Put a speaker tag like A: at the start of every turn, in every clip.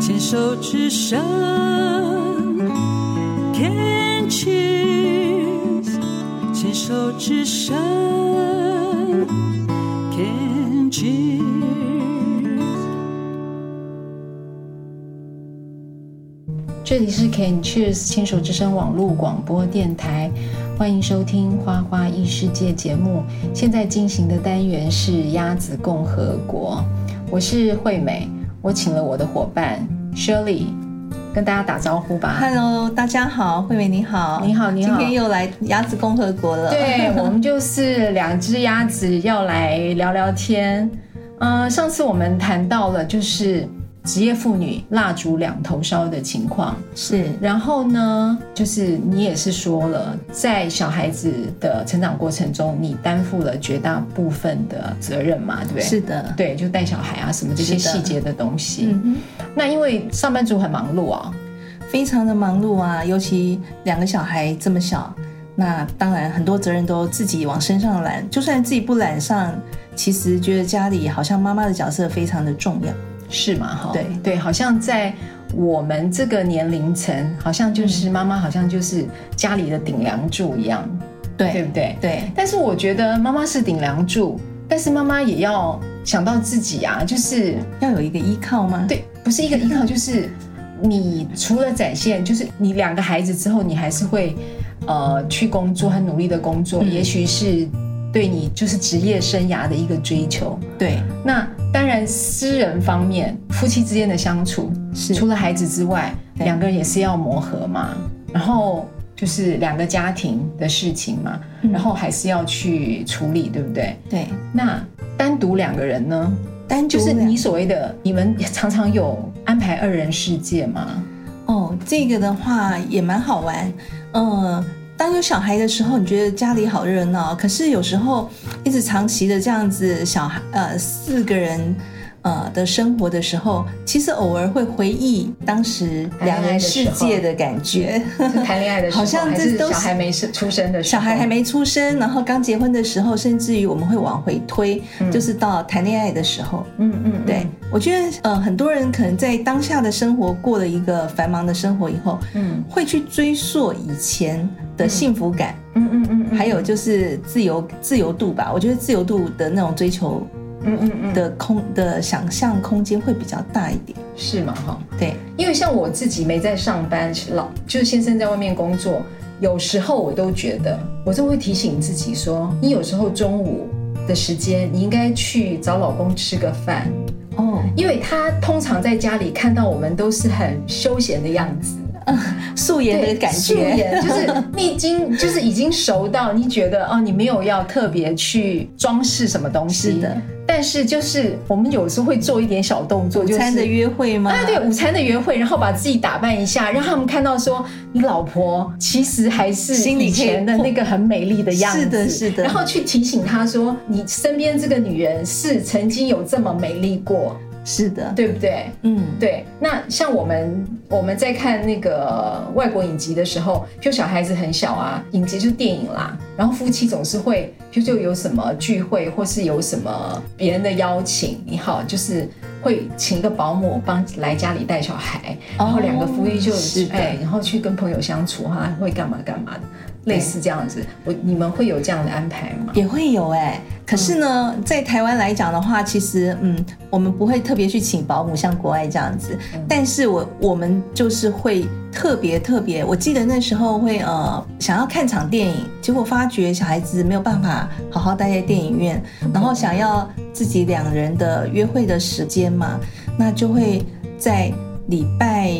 A: 牵手之声，Can cheers，牵手之声，Can cheers。
B: 这里是 Can Cheers 牵手之声网络广播电台，欢迎收听《花花异世界》节目。现在进行的单元是鸭子共和国，我是惠美，我请了我的伙伴 Shirley，跟大家打招呼吧。
C: Hello，大家好，慧美你好，
B: 你好你好
C: 今天又来鸭子共和国了，
B: 对，我们 就是两只鸭子要来聊聊天。嗯、上次我们谈到了就是职业妇女蜡烛两头烧的情况，
C: 是
B: 然后呢，就是你也是说了，在小孩子的成长过程中，你担负了绝大部分的责任嘛，对不对？
C: 是，的，
B: 对，就带小孩啊什么这些
C: 是的
B: 细节的东西。
C: 嗯
B: 那因为上班族很忙碌啊，
C: 哼，非常的忙碌啊，尤其两个小孩这么小，那当然很多责任都自己往身上揽，就算自己不揽上，其实觉得家里好像妈妈的角色非常的重要，
B: 是嘛？哈，
C: 对
B: 对，好像在我们这个年龄层，好像就是妈妈，好像就是家里的顶梁柱一样，对
C: 对
B: 不对？
C: 对
B: 但是我觉得妈妈是顶梁柱，但是妈妈也要想到自己啊，就是
C: 要有一个依靠吗？
B: 对，不是一个依靠，就是你除了展现，就是你两个孩子之后，你还是会呃去工作，很努力的工作，
C: 嗯
B: 也许是对你就是职业生涯的一个追求。
C: 对
B: 那当然，私人方面，夫妻之间的相处，
C: 是
B: 除了孩子之外，
C: 对
B: 两个人也是要磨合嘛。然后就是两个家庭的事情嘛，
C: 嗯
B: 然后还是要去处理，对不对？
C: 对，
B: 那单独两个人呢？
C: 单独
B: 就是
C: 两
B: 你所谓的，你们常常有安排二人世界吗？
C: 哦，这个的话也蛮好玩。呃，当有小孩的时候，你觉得家里好热闹，可是有时候一直长期的这样子，小孩呃四个人呃的生活的时候，其实偶尔会回忆当时两人世界的感觉。
B: 是谈恋爱的时候，
C: 好像
B: 还
C: 这
B: 是
C: 都
B: 小
C: 是
B: 孩没生出生的时
C: 小
B: 候，
C: 孩还没出生，然后刚结婚的时候，甚至于我们会往回推，
B: 嗯
C: 就是到谈恋爱的时候。
B: 嗯，嗯嗯，
C: 对，我觉得呃，很多人可能在当下的生活过了一个繁忙的生活以后，
B: 嗯
C: 会去追溯以前的幸福感，
B: 嗯嗯嗯嗯，
C: 还有就是自由自由度吧。我觉得自由度的那种追求
B: 嗯嗯嗯，
C: 的空、的想象空间会比较大一点。
B: 是嘛哈？
C: 对，
B: 因为像我自己没在上班，老就是先生在外面工作，有时候我都觉得，我就会提醒自己说，你有时候中午的时间，你应该去找老公吃个饭，
C: 哦，
B: 因为他通常在家里看到我们都是很休闲的样子。
C: 素颜
B: 对
C: 的感
B: 素
C: 觉，
B: 颜就是你已经就是已经熟到你觉得哦，你没有要特别去装饰什么东西
C: 是的。
B: 但是就是我们有时候会做一点小动作，
C: 午
B: 就是
C: 餐的约会吗？
B: 啊，对，午餐的约会，然后把自己打扮一下，让他们看到说你老婆其实还是
C: 心里
B: 以前的那个很美丽的样子，
C: 是的是的
B: 然后去提醒他说，你身边这个女人是曾经有这么美丽过，
C: 是的，
B: 对不对？
C: 嗯，
B: 对，那像我们我们在看那个外国影集的时候，就小孩子很小啊，影集就是电影啦，然后夫妻总是会就就有什么聚会或是有什么别人的邀请，你好，就是会请一个保姆帮来家里带小孩，然后两个夫妻就、
C: 哦是的
B: 哎，然后去跟朋友相处哈、会干嘛干嘛的，类似这样子。我你们会有这样的安排吗？
C: 也会有哎、可是呢，
B: 嗯
C: 在台湾来讲的话，其实嗯，我们不会特别去请保姆，像国外这样子。
B: 嗯
C: 但是我我们就是会特别特别，我记得那时候会呃想要看场电影，结果发觉小孩子没有办法好好待在电影院，
B: 嗯
C: 然后想要自己两人的约会的时间嘛，那就会在礼拜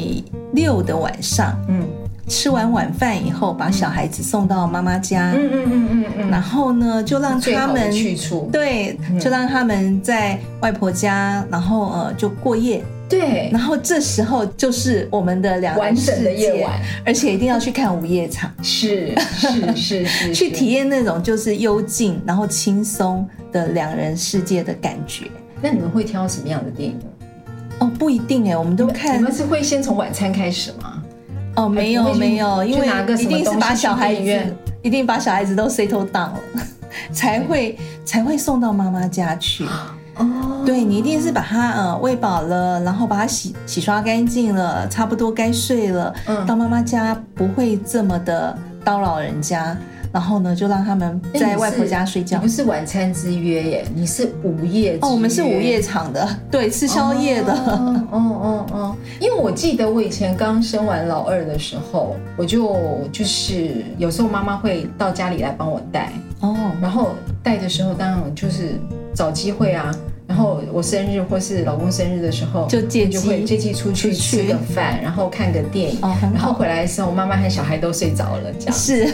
C: 六的晚上
B: 嗯
C: 吃完晚饭以后，把小孩子送到妈妈家。
B: 嗯嗯嗯嗯嗯，
C: 然后呢，就让
B: 最
C: 他
B: 好
C: 们
B: 的去处，
C: 对，
B: 嗯
C: 就让他们在外婆家，然后呃就过夜，
B: 对，
C: 然后这时候就是我们的两
B: 完
C: 人
B: 整的
C: 世界
B: 夜晚，
C: 而且一定要去看午夜场，
B: 是是是是，
C: 去
B: 是
C: 体验那种就是幽静然后轻松的两人世界的感觉。
B: 那你们会挑什么样的电影呢？
C: 哦，不一定哎，我们都
B: 你
C: 看
B: 们是会先从晚餐开始吗？
C: 哦，没
B: 还
C: 有
B: 不会去
C: 没有，
B: 去
C: 因为
B: 拿个什
C: 一
B: 么
C: 定是
B: 东西
C: 把
B: 去
C: 小孩
B: 电影院
C: 子，一定把小孩子都 settle down 了，才会才会送到妈妈家去。
B: 哦，
C: 对你一定是把它呃喂饱了，然后把它洗洗刷干净了，差不多该睡了，
B: 嗯
C: 到妈妈家不会这么的叨扰人家，然后呢就让他们
B: 哎
C: 在
B: 你
C: 外婆
B: 是
C: 家睡觉
B: 你不。是晚餐之约耶，你是午夜之
C: 哦，我们是午
B: 约
C: 夜场的，对，吃宵夜的。
B: 哦哦哦哦，因为我记得我以前刚生完老二的时候，我就就是有时候妈妈会到家里来帮我带，
C: 哦，
B: 然后带的时候当然就是找机会啊。然后我生日或是老公生日的时候，
C: 就借机
B: 就会借机出去
C: 出去
B: 吃个饭，然后看个电影，
C: 哦很好
B: 然后回来的时候，妈妈和小孩都睡着了， 这样。
C: 是，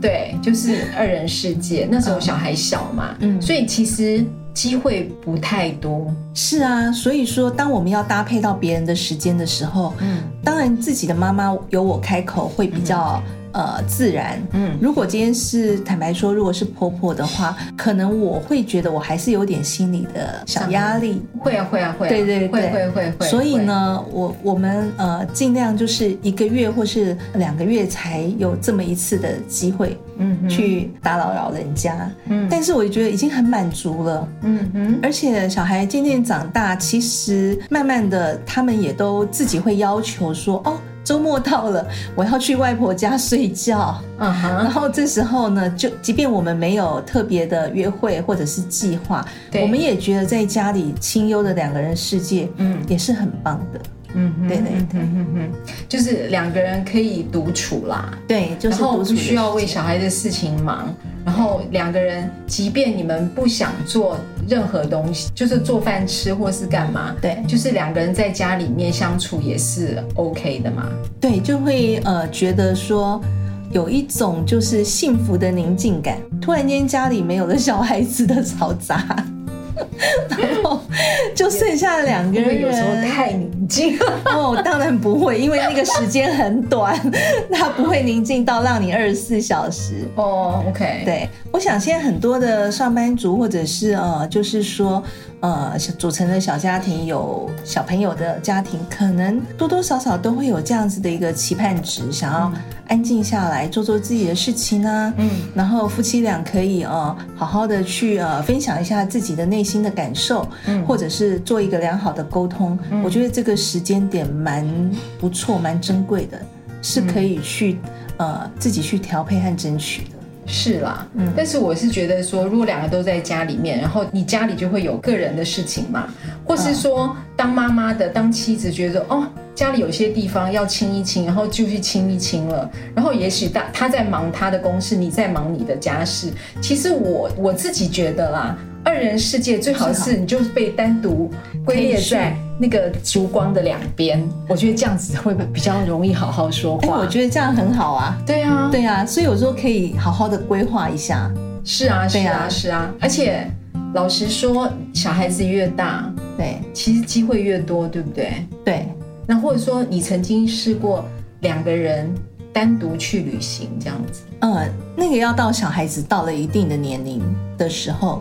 B: 对，就是二人世界。那时候小孩小嘛，
C: 嗯
B: 所以其实机会不太多。
C: 是啊，所以说，当我们要搭配到别人的时间的时候，
B: 嗯
C: 当然自己的妈妈由我开口会比较、呃自然。
B: 嗯，
C: 如果今天是坦白说，如果是婆婆的话，可能我会觉得我还是有点心理的小压力。
B: 会啊会啊会啊，
C: 对对对
B: 会会会会。
C: 所以
B: 会，
C: 呢，我我们呃尽量就是一个月或是两个月才有这么一次的机会
B: 嗯哼，
C: 去打扰扰人家，
B: 嗯
C: 但是我觉得已经很满足了。
B: 嗯哼，
C: 而且小孩渐渐长大，其实慢慢的，他们也都自己会要求说，哦，周末到了，我要去外婆家睡觉。
B: 嗯
C: 然
B: 哼，
C: 后这时候呢，就即便我们没有特别的约会或者是计划，
B: 对
C: 我们也觉得在家里清幽的两个人世界，
B: 嗯
C: 也是很棒的。
B: 嗯哼，
C: 对对对
B: 嗯哼嗯哼，就是两个人可以独处啦。
C: 对，就
B: 然
C: 是
B: 后
C: 独处
B: 不
C: 的
B: 需要
C: 时
B: 为
C: 间
B: 小孩的事情忙，然后两个人，即便你们不想做任何东西，就是做饭吃或是干嘛，
C: 对
B: 就是两个人在家里面相处也是 OK 的嘛。
C: 对，就会呃觉得说有一种就是幸福的宁静感。突然间家里没有了小孩子的嘈杂，然后就剩下两个
B: 因为有时候
C: 人。
B: 太宁静，
C: 哦，当然不会，因为那个时间很短， 它不会宁静到让你二十四小时。
B: 哦，OK，，
C: 对，我想现在很多的上班族，或者是呃，就是说呃，小组成的小家庭有小朋友的家庭，可能多多少少都会有这样子的一个期盼值，想要安静下来做做自己的事情啊。
B: 嗯
C: 然后夫妻俩可以呃好好的去呃分享一下自己的内心的感受，
B: 嗯
C: 或者是做一个良好的沟通。我觉得这个时间点蛮不错，蛮珍贵的，是可以去、呃自己去调配和争取的。
B: 是啦，
C: 嗯
B: 但是我是觉得说，如果两个都在家里面，然后你家里就会有个人的事情嘛，或是说当妈妈的、当妻子觉得哦，家里有些地方要清一清，然后就去清一清了，然后也许他他在忙他的公事，你在忙你的家事。其实我我自己觉得啦。二人世界最好
C: 最
B: 是你就被单独归列在那个烛光的两边，我觉得这样子会比较容易好好说
C: 哎，
B: 话。
C: 我觉得这样很好啊。
B: 对啊，
C: 对啊，所以我说可以好好的规划一下。
B: 是啊，是
C: 对
B: 啊，
C: 啊
B: 是啊，而且老实说，小孩子越大，
C: 对
B: 其实机会越多，对不对？
C: 对，
B: 那或者说，你曾经试过两个人单独去旅行这样子？
C: 呃，那个要到小孩子到了一定的年龄的时候，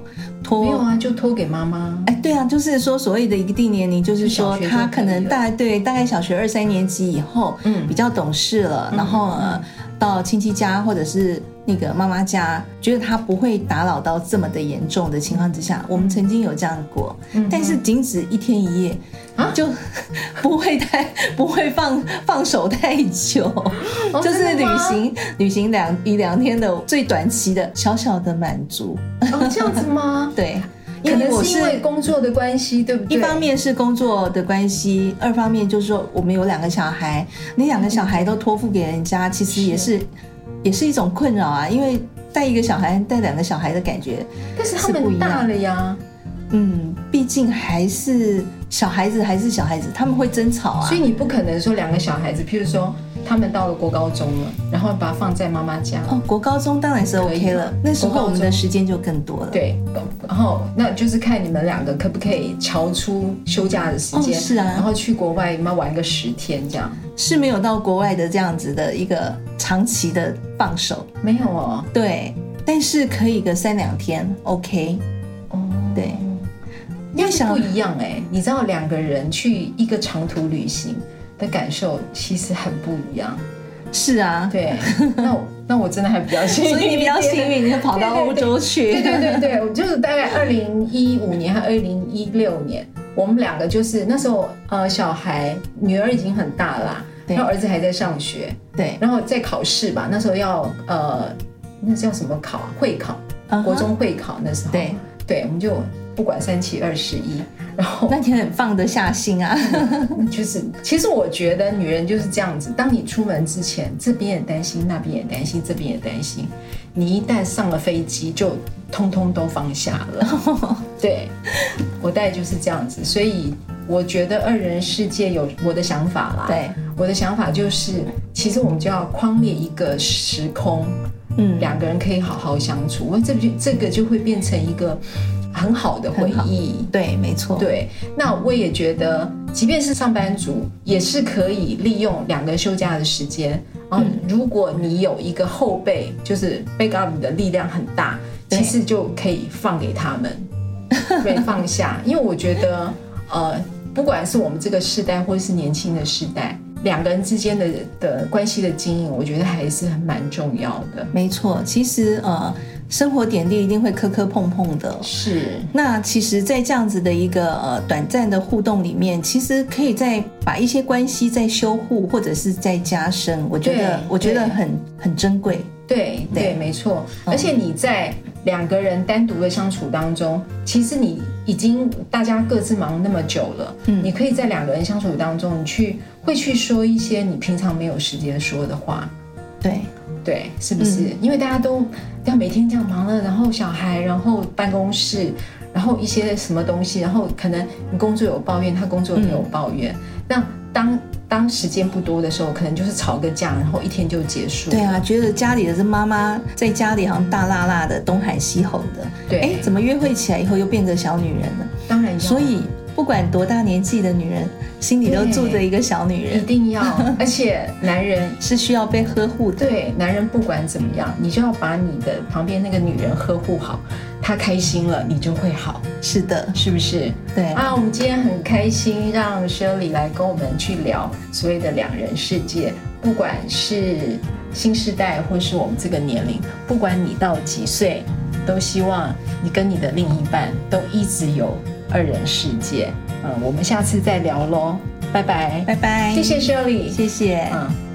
B: 没有
C: 托。
B: 啊，就托给妈妈。
C: 哎，对啊，就是说所谓的一定年龄，就是说
B: 就小学就
C: 他可能
B: 可以了
C: 大概对大概小学二三年级以后，
B: 嗯
C: 比较懂事了，然后呃，到亲戚家或者是那个妈妈家，觉得他不会打扰到这么的严重的情况之下，我们曾经有这样过，但是仅止一天一夜，
B: 嗯啊
C: 就 不会太 不会放放手太久，
B: 哦
C: 就是
B: 真的
C: 旅
B: 吗
C: 行旅行两一两天的最短期的小小的满足，？
B: 哦，这样子吗
C: 对，
B: 可
C: 因为
B: 能
C: 我
B: 是因为工作的关系，对不对？
C: 一方面是工作的关系，二方面就是说我们有两个小孩，你两个小孩都托付给人家，其实也是也是一种困扰啊，因为带一个小孩带两个小孩的感觉，
B: 但是他
C: 是不
B: 们
C: 一样
B: 大了呀，
C: 嗯，毕竟还是小孩子还是小孩子，他们会争吵啊
B: 所以。你不可能说两个小孩子，譬如说他们到了国高中了，然后把他放在妈妈家。
C: 哦，国高中当然是
B: 可以
C: OK 了，那时
B: 国高
C: 候我们的
B: 中
C: 时间就更多了。，
B: 对，然后那就是看你们两个可不可以瞧出休假的时间，
C: 哦是啊
B: 然后去国外妈玩个十天这样。
C: 是没有到国外的这样子的一个长期的放手，
B: 没有哦，
C: 对，但是可以个三两天 OK，
B: 哦，
C: 对，
B: 因为
C: 想
B: 不一样哎、你知道两个人去一个长途旅行的感受其实很不一样。
C: 是啊，
B: 对，那我那我真的还比较幸运，
C: 所以你比较幸。运，你跑到欧洲去。
B: 对对对对，我就是大概二零一五年和二零一六年，我们两个就是那时候呃，小孩女儿已经很大啦，
C: 对
B: 然后儿子还在上学，
C: 对
B: 然后在考试吧，那时候要呃，那叫什么考啊？会考，
C: 嗯哼
B: 国中会考那时候。
C: 对，
B: 对，我们就不管三七二十一，然后
C: 那天很放得下心啊。
B: 就是，其实我觉得女人就是这样子，当你出门之前，这边也担心，那边也担心，这边也担心，你一旦上了飞机，就通通都放下了。 对，我大概就是这样子，所以我觉得二人世界有我的想法啦。，
C: 对，
B: 我的想法就是，其实我们就要框列一个时空，
C: 嗯，
B: 两个人可以好好相处，我这就这个就会变成一个很好的回
C: 很好
B: 忆。
C: 对，没错，
B: 对，那我也觉得，即便是上班族，也是可以利用两个休假的时间。嗯，如果你有一个后辈，就是 back up 你的力量很大，
C: 对
B: 其实就可以放给他们，对，放下。因为我觉得，呃，不管是我们这个世代，或是年轻的世代，两个人之间的的关系的经营，我觉得还是很蛮重要的。
C: 没错。其实呃，生活点滴一定会磕磕碰碰的。
B: 是，
C: 那其实，在这样子的一个呃短暂的互动里面，其实可以再把一些关系再修护，或者是再加深。我觉得
B: 对，
C: 我觉得
B: 对
C: 很很珍贵。
B: 对
C: 对
B: 对，没错。
C: 嗯
B: 而且你在两个人单独的相处当中，其实你已经大家各自忙那么久了，
C: 嗯
B: 你可以在两个人相处当中，你去会去说一些你平常没有时间说的话，
C: 对，
B: 对，是不
C: 嗯
B: 是？因为大家都要每天这样忙了，然后小孩，然后办公室，然后一些什么东西，然后可能你工作有抱怨，他工作也有抱怨，
C: 嗯
B: 那当。当时间不多的时候，可能就是吵个架，然后一天就结束。
C: 对啊，觉得家里的这妈妈在家里好像大辣辣的，东喊西吼的。
B: 对
C: 哎，怎么约会起来以后又变成小女人了？
B: 当然要，
C: 所以，不管多大年纪的女人，心里都住着一个小女
B: 一
C: 人，
B: 定 要，而且男人
C: 是需要被呵护的。
B: 对男人不管怎么样，你就要把你的旁边那个女人呵护好，她开心了，你就会好，
C: 是的，
B: 是不是？
C: 对，
B: 啊，我们今天很开心，让 Shirley 来跟我们去聊所谓的两人世界，不管是新时代或是我们这个年龄，不管你到几岁，都希望你跟你的另一半都一直有二人世啊界。嗯，我们下次再聊喽，拜拜，
C: 拜拜，
B: 谢谢 Shirley，
C: 谢谢。
B: 嗯。